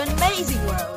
an amazing world.